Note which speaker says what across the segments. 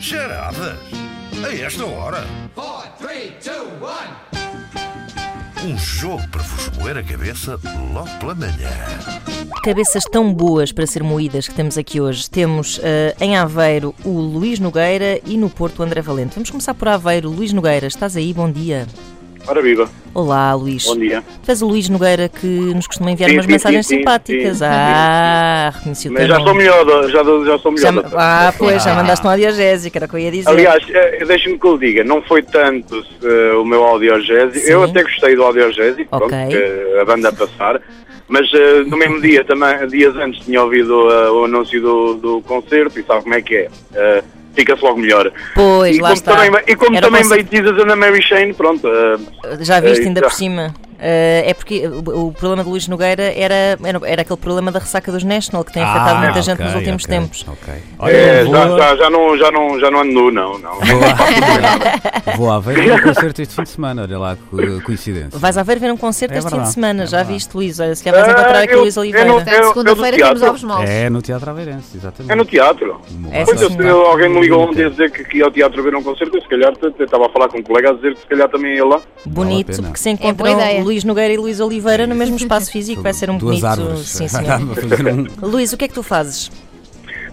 Speaker 1: Charadas? A esta hora?
Speaker 2: Four, three, two, one.
Speaker 1: Um jogo para vos moer a cabeça logo pela manhã.
Speaker 3: Cabeças tão boas para ser moídas que temos aqui hoje. Temos eh, em Aveiro o Luís Nogueira e no Porto o André Valente. Vamos começar por Aveiro. Luís Nogueira, estás aí? Bom dia.
Speaker 4: Ora viva,
Speaker 3: Olá, Luís.
Speaker 4: bom dia.
Speaker 3: Tu és o Luís Nogueira que nos costuma enviar
Speaker 4: Sim,
Speaker 3: umas
Speaker 4: sim,
Speaker 3: mensagens
Speaker 4: sim, sim,
Speaker 3: simpáticas.
Speaker 4: sim.
Speaker 3: ah, reconheci o teu
Speaker 4: Mas já sou
Speaker 3: nome.
Speaker 4: melhor, do- já, do- já sou
Speaker 3: Já
Speaker 4: melhor.
Speaker 3: me-
Speaker 4: doutor.
Speaker 3: Ah, pois, já mandaste um adiagésico, era o que eu ia dizer.
Speaker 4: Aliás, eh, deixa-me que eu diga, não foi tanto eh, o meu audiogésico,
Speaker 3: Sim.
Speaker 4: eu até gostei do audiogésico,
Speaker 3: Ok.
Speaker 4: pronto, que a banda a passar, mas eh, no mesmo dia, também, dias antes, tinha ouvido eh, o anúncio do, do concerto e sabe como é que é, eh, fica-se logo melhor.
Speaker 3: pois,
Speaker 4: e
Speaker 3: lá
Speaker 4: como
Speaker 3: está.
Speaker 4: também, bem- e como
Speaker 3: Era o
Speaker 4: também
Speaker 3: conceito-
Speaker 4: bem dizes Ana Mary Shane, pronto, eh,
Speaker 3: Já viste
Speaker 4: Eh,
Speaker 3: ainda
Speaker 4: já.
Speaker 3: por cima? Eh, é porque o, o problema de Luís Nogueira era, era, era aquele problema da ressaca dos National que tem afetado muita
Speaker 5: Ah, ok,
Speaker 3: gente nos últimos
Speaker 5: ok,
Speaker 3: tempos.
Speaker 5: ok.
Speaker 3: É,
Speaker 5: Olha,
Speaker 4: eh,
Speaker 5: vou,
Speaker 4: já, já, já não, já, não, já não ando nu, não, não.
Speaker 5: vou à ver um concerto este fim de semana, olha lá, co- coincidência.
Speaker 3: Vais a ver ver um concerto
Speaker 5: É
Speaker 3: este fim de
Speaker 5: verdade,
Speaker 3: semana,
Speaker 5: é
Speaker 3: já
Speaker 5: verdade.
Speaker 3: viste, Luís? Olha, se calhar vais
Speaker 4: Ah,
Speaker 3: encontrar aqui o
Speaker 4: eu-
Speaker 3: Luís
Speaker 4: eu
Speaker 3: Oliveira.
Speaker 4: não-
Speaker 6: Portanto,
Speaker 4: é no
Speaker 6: segunda-feira temos
Speaker 4: teatro.
Speaker 6: ovos moles.
Speaker 5: É no Teatro Aveirense, exatamente.
Speaker 4: É no teatro.
Speaker 3: É
Speaker 4: Pois,
Speaker 3: sim,
Speaker 4: eu-
Speaker 3: senhor.
Speaker 4: eu- alguém me ligou ontem a dizer que, que ia ao teatro ver um concerto e se calhar t- t- estava a falar com um colega a dizer que se calhar também ia lá.
Speaker 3: Bonito,
Speaker 5: Vale a pena.
Speaker 3: porque se
Speaker 6: boa
Speaker 3: encontram
Speaker 6: ideia.
Speaker 3: Luís Nogueira e Luís Oliveira no mesmo espaço físico, vai ser um
Speaker 5: Duas
Speaker 3: bonito.
Speaker 5: árvores.
Speaker 3: Sim,
Speaker 5: Dá
Speaker 3: senhor.
Speaker 5: para fazer um-
Speaker 3: Luís, o que é que tu fazes?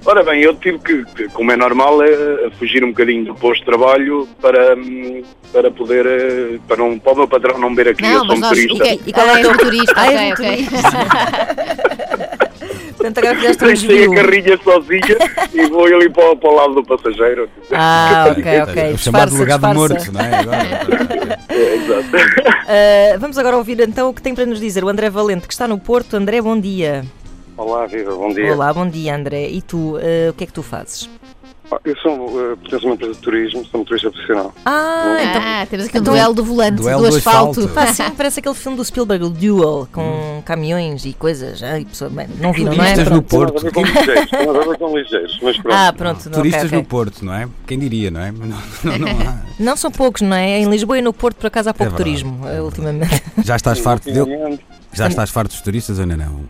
Speaker 4: Ora bem, eu tive que, que, como é normal, eh, fugir um bocadinho do posto de trabalho para, hum, para poder, eh, para, não, para o meu patrão não ver aqui, eu
Speaker 6: Não,
Speaker 4: sou
Speaker 6: mas nós. E,
Speaker 4: motorista.
Speaker 6: que, e qual é o motorista?
Speaker 3: Ah, és
Speaker 6: ok, ok.
Speaker 3: Portanto, agora fizeste um
Speaker 4: Deixei a
Speaker 3: desvio.
Speaker 4: carrinha sozinha e vou ali para, o- para o lado do passageiro.
Speaker 3: Ah, ok, ok.
Speaker 5: é o chamado
Speaker 3: Disfarça,
Speaker 5: legado
Speaker 3: disfarça.
Speaker 5: morto, não é? Agora-
Speaker 4: É, exato.
Speaker 3: Ah, vamos agora ouvir então o que tem para nos dizer o André Valente, que está no Porto. André, bom dia.
Speaker 7: Olá, viva, bom dia.
Speaker 3: Olá, bom dia, André. E tu, eh, o que é que tu fazes?
Speaker 7: Ah, Eu sou, eh, pertenço a uma empresa de turismo, sou motorista profissional.
Speaker 3: Ah, então
Speaker 6: Ah, temos aqui um
Speaker 3: Então-
Speaker 6: duelo do volante,
Speaker 5: Duelo
Speaker 6: do
Speaker 5: do
Speaker 6: asfalto.
Speaker 5: asfalto.
Speaker 3: pá, assim, parece aquele filme do Spielberg, o Duel, com caminhões e coisas. Ai, pessoa, bem, não viram, não é?
Speaker 5: Turistas no
Speaker 3: Pronto.
Speaker 7: Tem nada a
Speaker 5: Porto.
Speaker 7: ver com ligeiros, tem nada a ver com ligeiros, mas pronto.
Speaker 3: Ah, pronto, não,
Speaker 5: Turistas
Speaker 3: ok, ok.
Speaker 5: no Porto, não é? Quem diria, não é? Não, não- não há-
Speaker 3: Não são poucos, não é? Em Lisboa e no Porto, por acaso, há pouco
Speaker 5: É verdade,
Speaker 3: turismo, eh, ultimamente.
Speaker 5: Já estás farto de...
Speaker 7: Finalmente.
Speaker 5: Já estás farto dos turistas ou ainda não?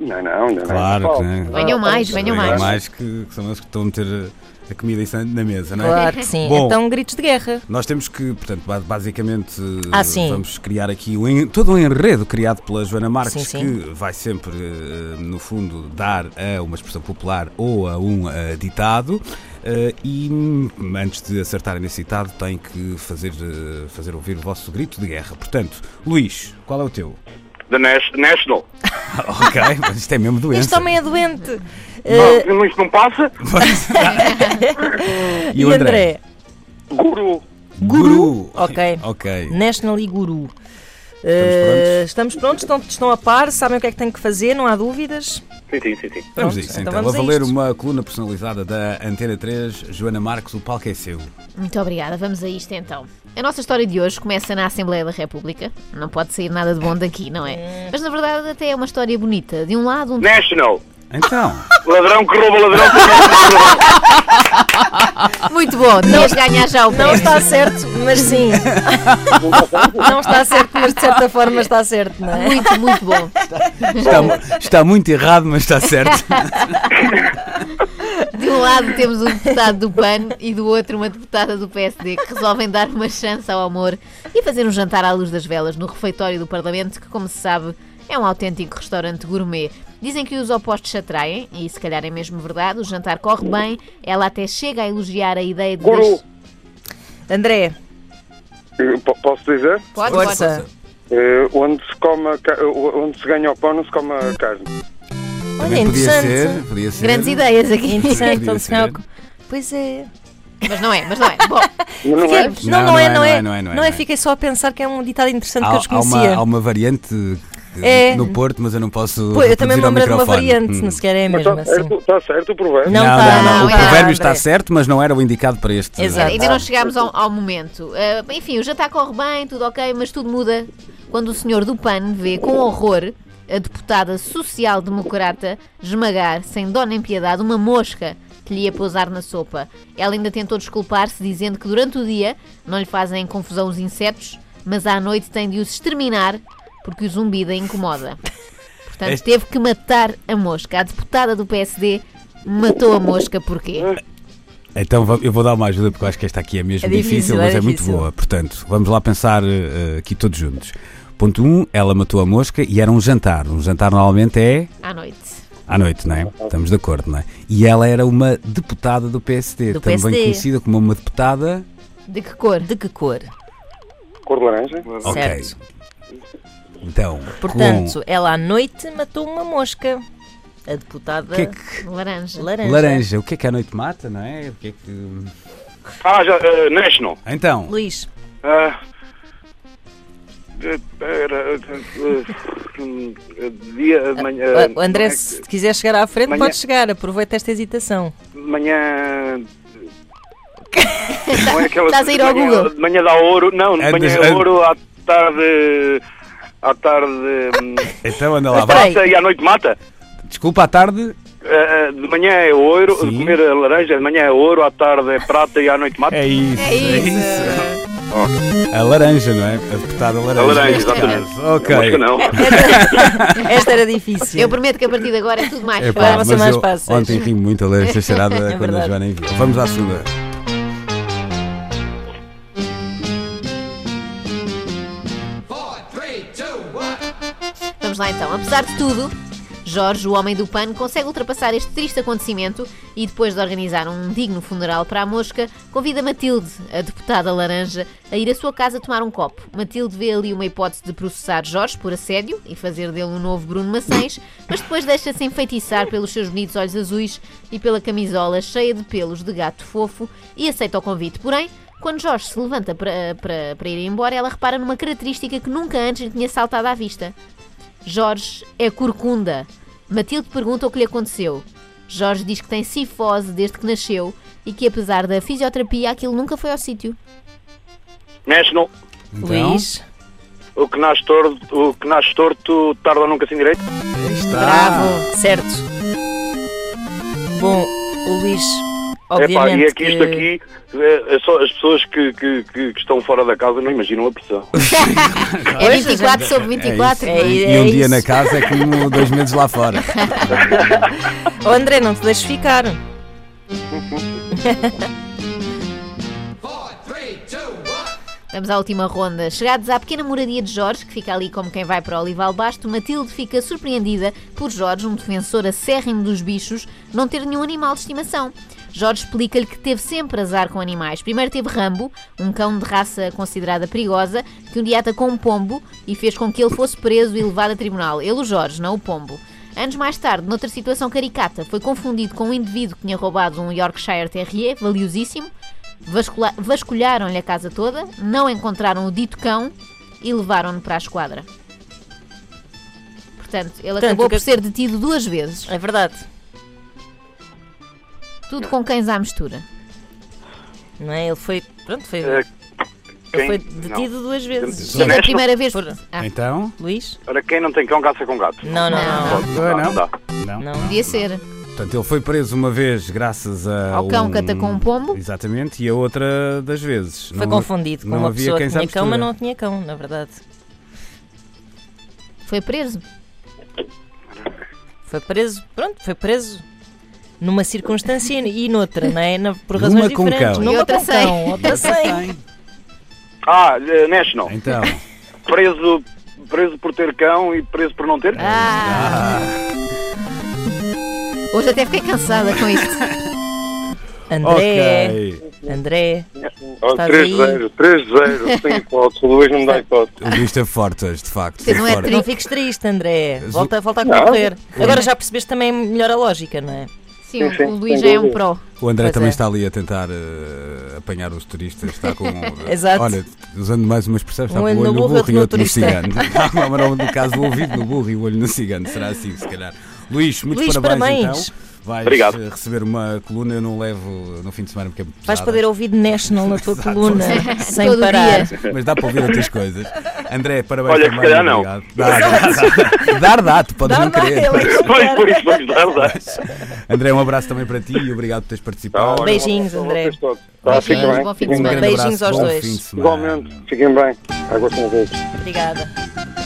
Speaker 7: Não, não, não. Ah,
Speaker 5: Claro
Speaker 7: não.
Speaker 5: que não.
Speaker 6: Venham mais, venham
Speaker 5: Ainda
Speaker 6: mais.
Speaker 5: mais que, que são eles que estão a meter a- a comida em san- na mesa, não é?
Speaker 3: Claro que sim.
Speaker 5: Bom.
Speaker 3: Então, gritos de guerra.
Speaker 5: Nós temos que, portanto, ba- basicamente
Speaker 3: Ah,
Speaker 5: eh,
Speaker 3: sim.
Speaker 5: vamos criar aqui o en- todo um enredo criado pela Joana Marques
Speaker 3: Sim, sim.
Speaker 5: que vai sempre, eh, no fundo, dar a uma expressão popular ou a um eh, ditado eh, e hum, antes de acertarem nesse ditado têm que fazer, eh, fazer ouvir o vosso grito de guerra. Portanto, Luís, qual é o teu?
Speaker 4: The Nas- National.
Speaker 5: Ah, ok, mas isto é mesmo doença.
Speaker 3: Este homem é doente. Eh,
Speaker 4: Não, isto não passa?
Speaker 5: E o André?
Speaker 7: Guru.
Speaker 5: Guru.
Speaker 3: Ok.
Speaker 5: Ok.
Speaker 3: National e Guru. Eh, Estamos prontos, estão, estão a par, sabem o que é que têm que fazer, não há dúvidas.
Speaker 4: Sim, sim, sim. sim.
Speaker 5: Vamos
Speaker 3: Pronto,
Speaker 5: a isso
Speaker 3: então
Speaker 5: então.
Speaker 3: vamos
Speaker 5: a
Speaker 3: a
Speaker 5: valer
Speaker 3: isto.
Speaker 5: uma coluna personalizada da Antena 3, Joana Marques, o palco é seu.
Speaker 6: Muito obrigada, vamos a isto então. A nossa história de hoje começa na Assembleia da República. Não pode sair nada de bom daqui, não é? Mas na verdade até é uma história bonita. De um lado, um
Speaker 4: National.
Speaker 5: Então,
Speaker 4: Ladrão que rouba ladrão.
Speaker 6: Muito bom, devias ganhar já o
Speaker 3: Não
Speaker 6: prémio.
Speaker 3: está certo, mas sim. Não está certo, mas de certa forma está certo, não é?
Speaker 6: Muito, muito bom.
Speaker 5: está, está muito errado, mas está certo.
Speaker 6: De um lado temos um deputado do PAN e do outro uma deputada do PSD que resolvem dar uma chance ao amor e fazer um jantar à luz das velas no refeitório do Parlamento, que, como se sabe, é um autêntico restaurante gourmet. Dizem que os opostos se atraem, e se calhar é mesmo verdade, o jantar corre bem, ela até chega a elogiar a ideia de.
Speaker 7: Guru.
Speaker 3: André,
Speaker 7: Eh, po- Posso dizer?
Speaker 6: Pode, pode.
Speaker 3: força.
Speaker 7: Eh, onde, se come a ca- eh, onde se ganha o pão, não se come a carne.
Speaker 3: Olha,
Speaker 5: Também podia
Speaker 3: interessante.
Speaker 5: ser, podia ser.
Speaker 6: Grandes ideias aqui.
Speaker 3: Interessante,
Speaker 5: Podia
Speaker 3: onde se ganha
Speaker 5: ser.
Speaker 3: o- Pois é.
Speaker 6: Mas não é, mas não é. Bom,
Speaker 7: Mas não é?
Speaker 3: Não, não, é, não é. Não, é,
Speaker 5: não é,
Speaker 3: não é.
Speaker 5: não é.
Speaker 3: Fiquei só a pensar que é um ditado interessante que eu
Speaker 5: Há, há uma,
Speaker 3: desconhecia.
Speaker 5: há uma variante que-
Speaker 3: É.
Speaker 5: no Porto, mas eu não posso.
Speaker 3: Pô, eu também me
Speaker 5: reproduzir ao
Speaker 3: lembrei de uma
Speaker 5: microfone.
Speaker 3: variante,
Speaker 5: Hum.
Speaker 3: não sequer é a
Speaker 7: Mas
Speaker 3: mesma.
Speaker 7: está
Speaker 3: Assim.
Speaker 7: certo, tá certo o provérbio?
Speaker 3: Não
Speaker 5: Não, não,
Speaker 3: está,
Speaker 5: não,
Speaker 6: não
Speaker 5: O
Speaker 6: está,
Speaker 5: provérbio está
Speaker 3: André.
Speaker 5: certo, mas não era o indicado para este.
Speaker 3: Exato.
Speaker 6: ainda não chegámos ao, ao momento. Ah, enfim, o jantar corre bem, tudo ok, mas tudo muda quando o senhor do PAN vê com horror a deputada social-democrata esmagar, sem dó nem piedade, uma mosca que lhe ia pousar na sopa. Ela ainda tentou desculpar-se, dizendo que durante o dia não lhe fazem confusão os insetos, mas à noite tem de os exterminar porque o zumbido a incomoda. Portanto,
Speaker 5: Este-
Speaker 6: teve que matar a mosca. A deputada do PSD matou a mosca, porquê?
Speaker 5: Então va- eu vou dar uma ajuda porque eu acho que esta aqui é mesmo
Speaker 3: É difícil, é
Speaker 5: mas é, muito
Speaker 3: difícil.
Speaker 5: boa. Portanto, vamos lá pensar eh, aqui todos juntos. Ponto 1, um, ela matou a mosca e era um jantar. Um jantar normalmente é
Speaker 6: À noite.
Speaker 5: à noite, não é?
Speaker 4: Uhum.
Speaker 5: Estamos de acordo, não é? E ela era uma deputada do PSD,
Speaker 3: Do
Speaker 5: também
Speaker 3: PSD.
Speaker 5: conhecida como uma deputada.
Speaker 6: De que cor?
Speaker 3: De que cor?
Speaker 7: Cor de laranja?
Speaker 3: Certo.
Speaker 5: Ok. Então,
Speaker 3: Portanto, ela à noite matou uma mosca. A deputada
Speaker 5: com... o que é que...
Speaker 6: Laranja.
Speaker 3: laranja.
Speaker 5: Laranja, o que é que a noite mata, não é? O que é que...
Speaker 4: Ah, já. eh, national.
Speaker 5: Então,
Speaker 3: Luís,
Speaker 4: Ah, eh, era, eh, eh, dia, de manhã,
Speaker 3: o André,
Speaker 4: é
Speaker 3: se quiser chegar à frente,
Speaker 4: Manhã-
Speaker 3: pode chegar. Aproveita esta hesitação.
Speaker 4: manhã. Não é aquela-
Speaker 6: Estás a ir ao
Speaker 4: de manhã-
Speaker 6: Google?
Speaker 4: De manhã dá ouro, não, de
Speaker 5: Andas-
Speaker 4: manhã é
Speaker 5: andas-
Speaker 4: ouro, à tarde. À tarde. hum,
Speaker 5: então anda
Speaker 6: Ah,
Speaker 5: lá, vai.
Speaker 3: Peraí.
Speaker 4: Mata e à noite mata.
Speaker 5: Desculpa, à tarde...
Speaker 4: Eh, eh, de manhã é ouro,
Speaker 5: Sim.
Speaker 4: de comer a laranja, de manhã é ouro, à tarde é prata e à noite mata.
Speaker 5: É isso,
Speaker 6: É isso.
Speaker 5: A laranja, não é? A deputada laranja.
Speaker 4: A laranja,
Speaker 5: neste
Speaker 4: exatamente.
Speaker 5: caso.
Speaker 4: Eu acho é que
Speaker 5: Ok.
Speaker 4: não.
Speaker 3: Esta era difícil.
Speaker 6: Eu prometo que a partir de agora é tudo mais
Speaker 5: É
Speaker 3: Vai,
Speaker 5: pá,
Speaker 6: fácil.
Speaker 3: vão
Speaker 5: mas
Speaker 3: ser mais
Speaker 5: eu
Speaker 3: fáceis.
Speaker 5: ontem ri muito a ler esta charada quando a
Speaker 3: verdade.
Speaker 5: Joana enviou. Vamos à segunda.
Speaker 2: Four, three, two, one.
Speaker 6: Vamos lá então. Apesar de tudo, Jorge, o homem do pano, consegue ultrapassar este triste acontecimento e depois de organizar um digno funeral para a mosca, convida Matilde, a deputada laranja, a ir à sua casa tomar um copo. Matilde vê ali uma hipótese de processar Jorge por assédio e fazer dele um novo Bruno Maçãs, mas depois deixa-se enfeitiçar pelos seus bonitos olhos azuis e pela camisola cheia de pelos de gato fofo e aceita o convite. Porém, quando Jorge se levanta para, para, para ir embora, ela repara numa característica que nunca antes lhe tinha saltado à vista. Jorge é corcunda. Matilde pergunta o que lhe aconteceu. Jorge diz que tem cifose desde que nasceu e que, apesar da fisioterapia, aquilo nunca foi ao sítio.
Speaker 4: National.
Speaker 5: Então,
Speaker 3: Luís,
Speaker 4: O que nasce torto, o que nasce torto tarda nunca sem direito.
Speaker 5: aí está.
Speaker 3: bravo, certo. Bom, o Luís,
Speaker 4: Epá,
Speaker 3: obviamente.
Speaker 4: e é que
Speaker 3: que-
Speaker 4: isto aqui, é, é só as pessoas que, que, que- que estão fora da casa não imaginam a pressão.
Speaker 6: É 24 sobre
Speaker 5: É isso.
Speaker 6: 24.
Speaker 3: É isso.
Speaker 5: E um dia na casa é como dois meses lá fora.
Speaker 3: Oh, André, não te deixes ficar.
Speaker 2: Four, three, two, one.
Speaker 6: Vamos à última ronda. Chegados à pequena moradia de Jorge, que fica ali como quem vai para Olival Basto, Matilde fica surpreendida por Jorge, um defensor acérrimo dos bichos, não ter nenhum animal de estimação. Jorge explica-lhe que teve sempre azar com animais. Primeiro teve Rambo, um cão de raça considerada perigosa, que um dia atacou um pombo e fez com que ele fosse preso e levado a tribunal. Ele, o Jorge, não o pombo. Anos mais tarde, noutra situação caricata, foi confundido com um indivíduo que tinha roubado um Yorkshire Terrier, valiosíssimo. Vascula- Vasculharam-lhe a casa toda, não encontraram o dito cão e levaram-no para a esquadra. Portanto, é ele acabou
Speaker 3: o que-
Speaker 6: por ser detido duas vezes.
Speaker 3: É verdade,
Speaker 6: Tudo com cães à mistura.
Speaker 3: não é? Ele foi. Pronto, foi.
Speaker 4: É,
Speaker 3: ele foi
Speaker 4: Não.
Speaker 3: detido duas vezes.
Speaker 6: E da
Speaker 4: Honesto?
Speaker 6: é primeira vez.
Speaker 3: Por-
Speaker 6: Ah,
Speaker 5: Então?
Speaker 3: Luís?
Speaker 4: Ora, quem não tem cão, caça com gato.
Speaker 3: Não, não, não.
Speaker 4: Pode, dá,
Speaker 7: é,
Speaker 5: Não.
Speaker 4: dá.
Speaker 5: Não.
Speaker 3: Não.
Speaker 6: podia ser.
Speaker 5: Portanto, ele foi preso uma vez graças a
Speaker 6: Ao cão
Speaker 5: um-
Speaker 6: que atacou um pombo.
Speaker 5: Exatamente, e a outra das vezes.
Speaker 3: Foi confundido com
Speaker 5: não
Speaker 3: uma
Speaker 5: havia
Speaker 3: pessoa
Speaker 5: quem
Speaker 3: que
Speaker 5: se à
Speaker 3: tinha cão, mas
Speaker 5: mistura.
Speaker 3: não tinha cão, na verdade.
Speaker 6: Foi preso.
Speaker 3: Foi preso, pronto, foi preso. Numa circunstância e noutra, não é? Na- por
Speaker 5: Numa
Speaker 3: razões
Speaker 5: com
Speaker 3: diferentes.
Speaker 5: cão.
Speaker 3: Numa
Speaker 6: E outra
Speaker 3: com
Speaker 6: sem.
Speaker 3: cão, outra sem.
Speaker 4: Ah, eh, National.
Speaker 5: Então,
Speaker 4: Preso, preso por ter cão e preso por não ter.
Speaker 6: Ah! Hoje até fiquei cansada com isto.
Speaker 3: André,
Speaker 5: ok.
Speaker 3: André,
Speaker 4: É.
Speaker 7: Oh,
Speaker 3: Estás
Speaker 7: 3-0, 3-0, sem hipótese. O Luís não me dá hipótese.
Speaker 5: O Luís teve forte hoje, de facto.
Speaker 6: Teve
Speaker 5: teve
Speaker 6: um hat-trick.
Speaker 5: forte.
Speaker 3: não fiques triste, André. Volta, volta a correr. Agora já percebeste também melhor a lógica, não é?
Speaker 6: Sim,
Speaker 7: sim,
Speaker 6: o Luís
Speaker 7: sem
Speaker 6: já é um
Speaker 7: dúvida.
Speaker 6: pró.
Speaker 5: O André
Speaker 3: Pois
Speaker 5: também
Speaker 3: é.
Speaker 5: está ali a tentar eh, apanhar os turistas, está com. eh,
Speaker 3: Exato.
Speaker 5: Olha, usando mais uma expressão, está
Speaker 3: Um
Speaker 5: com
Speaker 3: olho
Speaker 5: o olho
Speaker 3: no
Speaker 5: no
Speaker 3: burro,
Speaker 5: burro
Speaker 3: outro
Speaker 5: e
Speaker 3: no
Speaker 5: outro no
Speaker 3: turista.
Speaker 5: cigano. Não, mas não, no caso, o ouvido no burro e o olho no cigano, será assim, se calhar. Luís, muito
Speaker 3: Luís,
Speaker 5: parabéns,
Speaker 3: parabéns.
Speaker 5: então. Vais
Speaker 4: Obrigado.
Speaker 5: eh, receber uma coluna, eu não levo no fim de semana porque é muito
Speaker 3: Vais
Speaker 5: pesada,
Speaker 3: poder ouvir de National na tua
Speaker 5: Exato.
Speaker 3: coluna sem
Speaker 6: Todo
Speaker 3: parar.
Speaker 6: dia.
Speaker 5: Mas dá para ouvir outras coisas. André, parabéns
Speaker 4: Olha, se
Speaker 5: também.
Speaker 4: calhar não.
Speaker 5: obrigado. Dá, dá, dá, dá, tu podes
Speaker 3: Dá,
Speaker 5: não
Speaker 3: dá,
Speaker 5: querer.
Speaker 3: ele é
Speaker 4: Pois, por isso vamos dar, dá.
Speaker 5: André, um abraço também para ti e obrigado por teres
Speaker 7: Tá,
Speaker 5: participado.
Speaker 7: olha,
Speaker 3: Beijinhos,
Speaker 7: vocês
Speaker 3: André.
Speaker 7: todos. Tá,
Speaker 6: Beijinhos,
Speaker 7: fiquem bem.
Speaker 6: bom fim de
Speaker 7: Fiquem
Speaker 5: Um
Speaker 6: semana.
Speaker 5: grande
Speaker 3: Beijinhos
Speaker 5: abraço,
Speaker 3: aos
Speaker 5: bom
Speaker 3: dois.
Speaker 5: fim de semana.
Speaker 7: Igualmente, fiquem bem. Água sem vezes.
Speaker 3: Obrigada.